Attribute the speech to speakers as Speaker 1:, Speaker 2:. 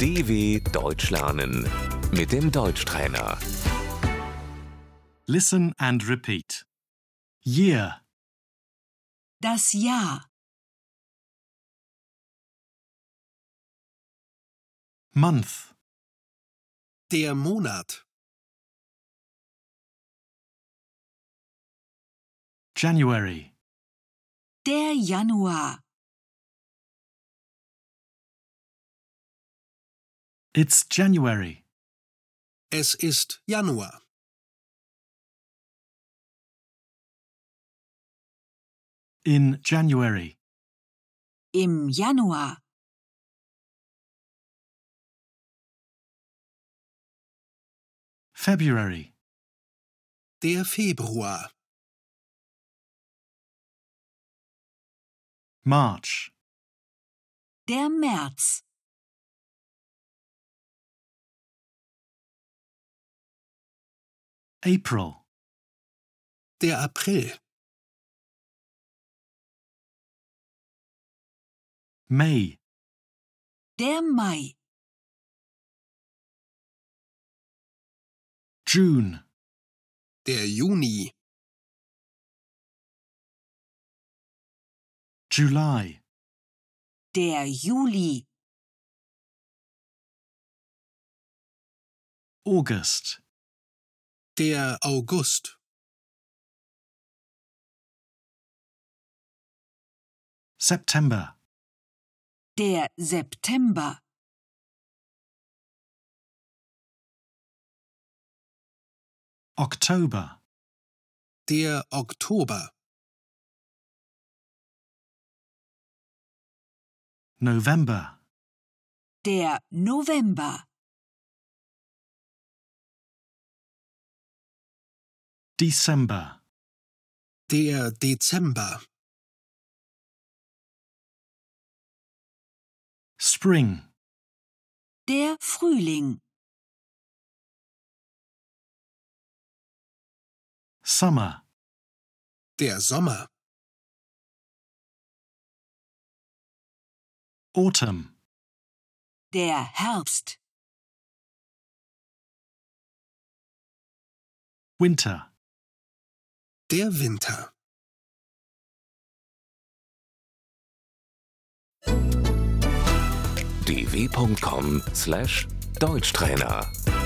Speaker 1: DW Deutsch lernen mit dem Deutschtrainer.
Speaker 2: Listen and repeat. Year,
Speaker 3: Das Jahr,
Speaker 2: month,
Speaker 4: Der Monat.
Speaker 2: January,
Speaker 3: der Januar,
Speaker 2: it's January,
Speaker 4: Es ist Januar.
Speaker 2: in January,
Speaker 3: im Januar,
Speaker 2: February,
Speaker 4: Der Februar.
Speaker 2: March,
Speaker 3: der März,
Speaker 2: April,
Speaker 4: Der April.
Speaker 2: May,
Speaker 3: der Mai,
Speaker 2: June,
Speaker 4: Der Juni.
Speaker 2: July,
Speaker 3: der Juli,
Speaker 2: August,
Speaker 4: Der August.
Speaker 2: September,
Speaker 3: der September,
Speaker 2: October,
Speaker 4: Der Oktober.
Speaker 2: November,
Speaker 3: der November,
Speaker 2: December,
Speaker 4: Der Dezember.
Speaker 2: spring,
Speaker 3: der Frühling,
Speaker 2: summer,
Speaker 4: Der Sommer.
Speaker 2: autumn,
Speaker 3: der Herbst,
Speaker 2: winter,
Speaker 4: Der Winter.
Speaker 1: dw.com/deutschtrainer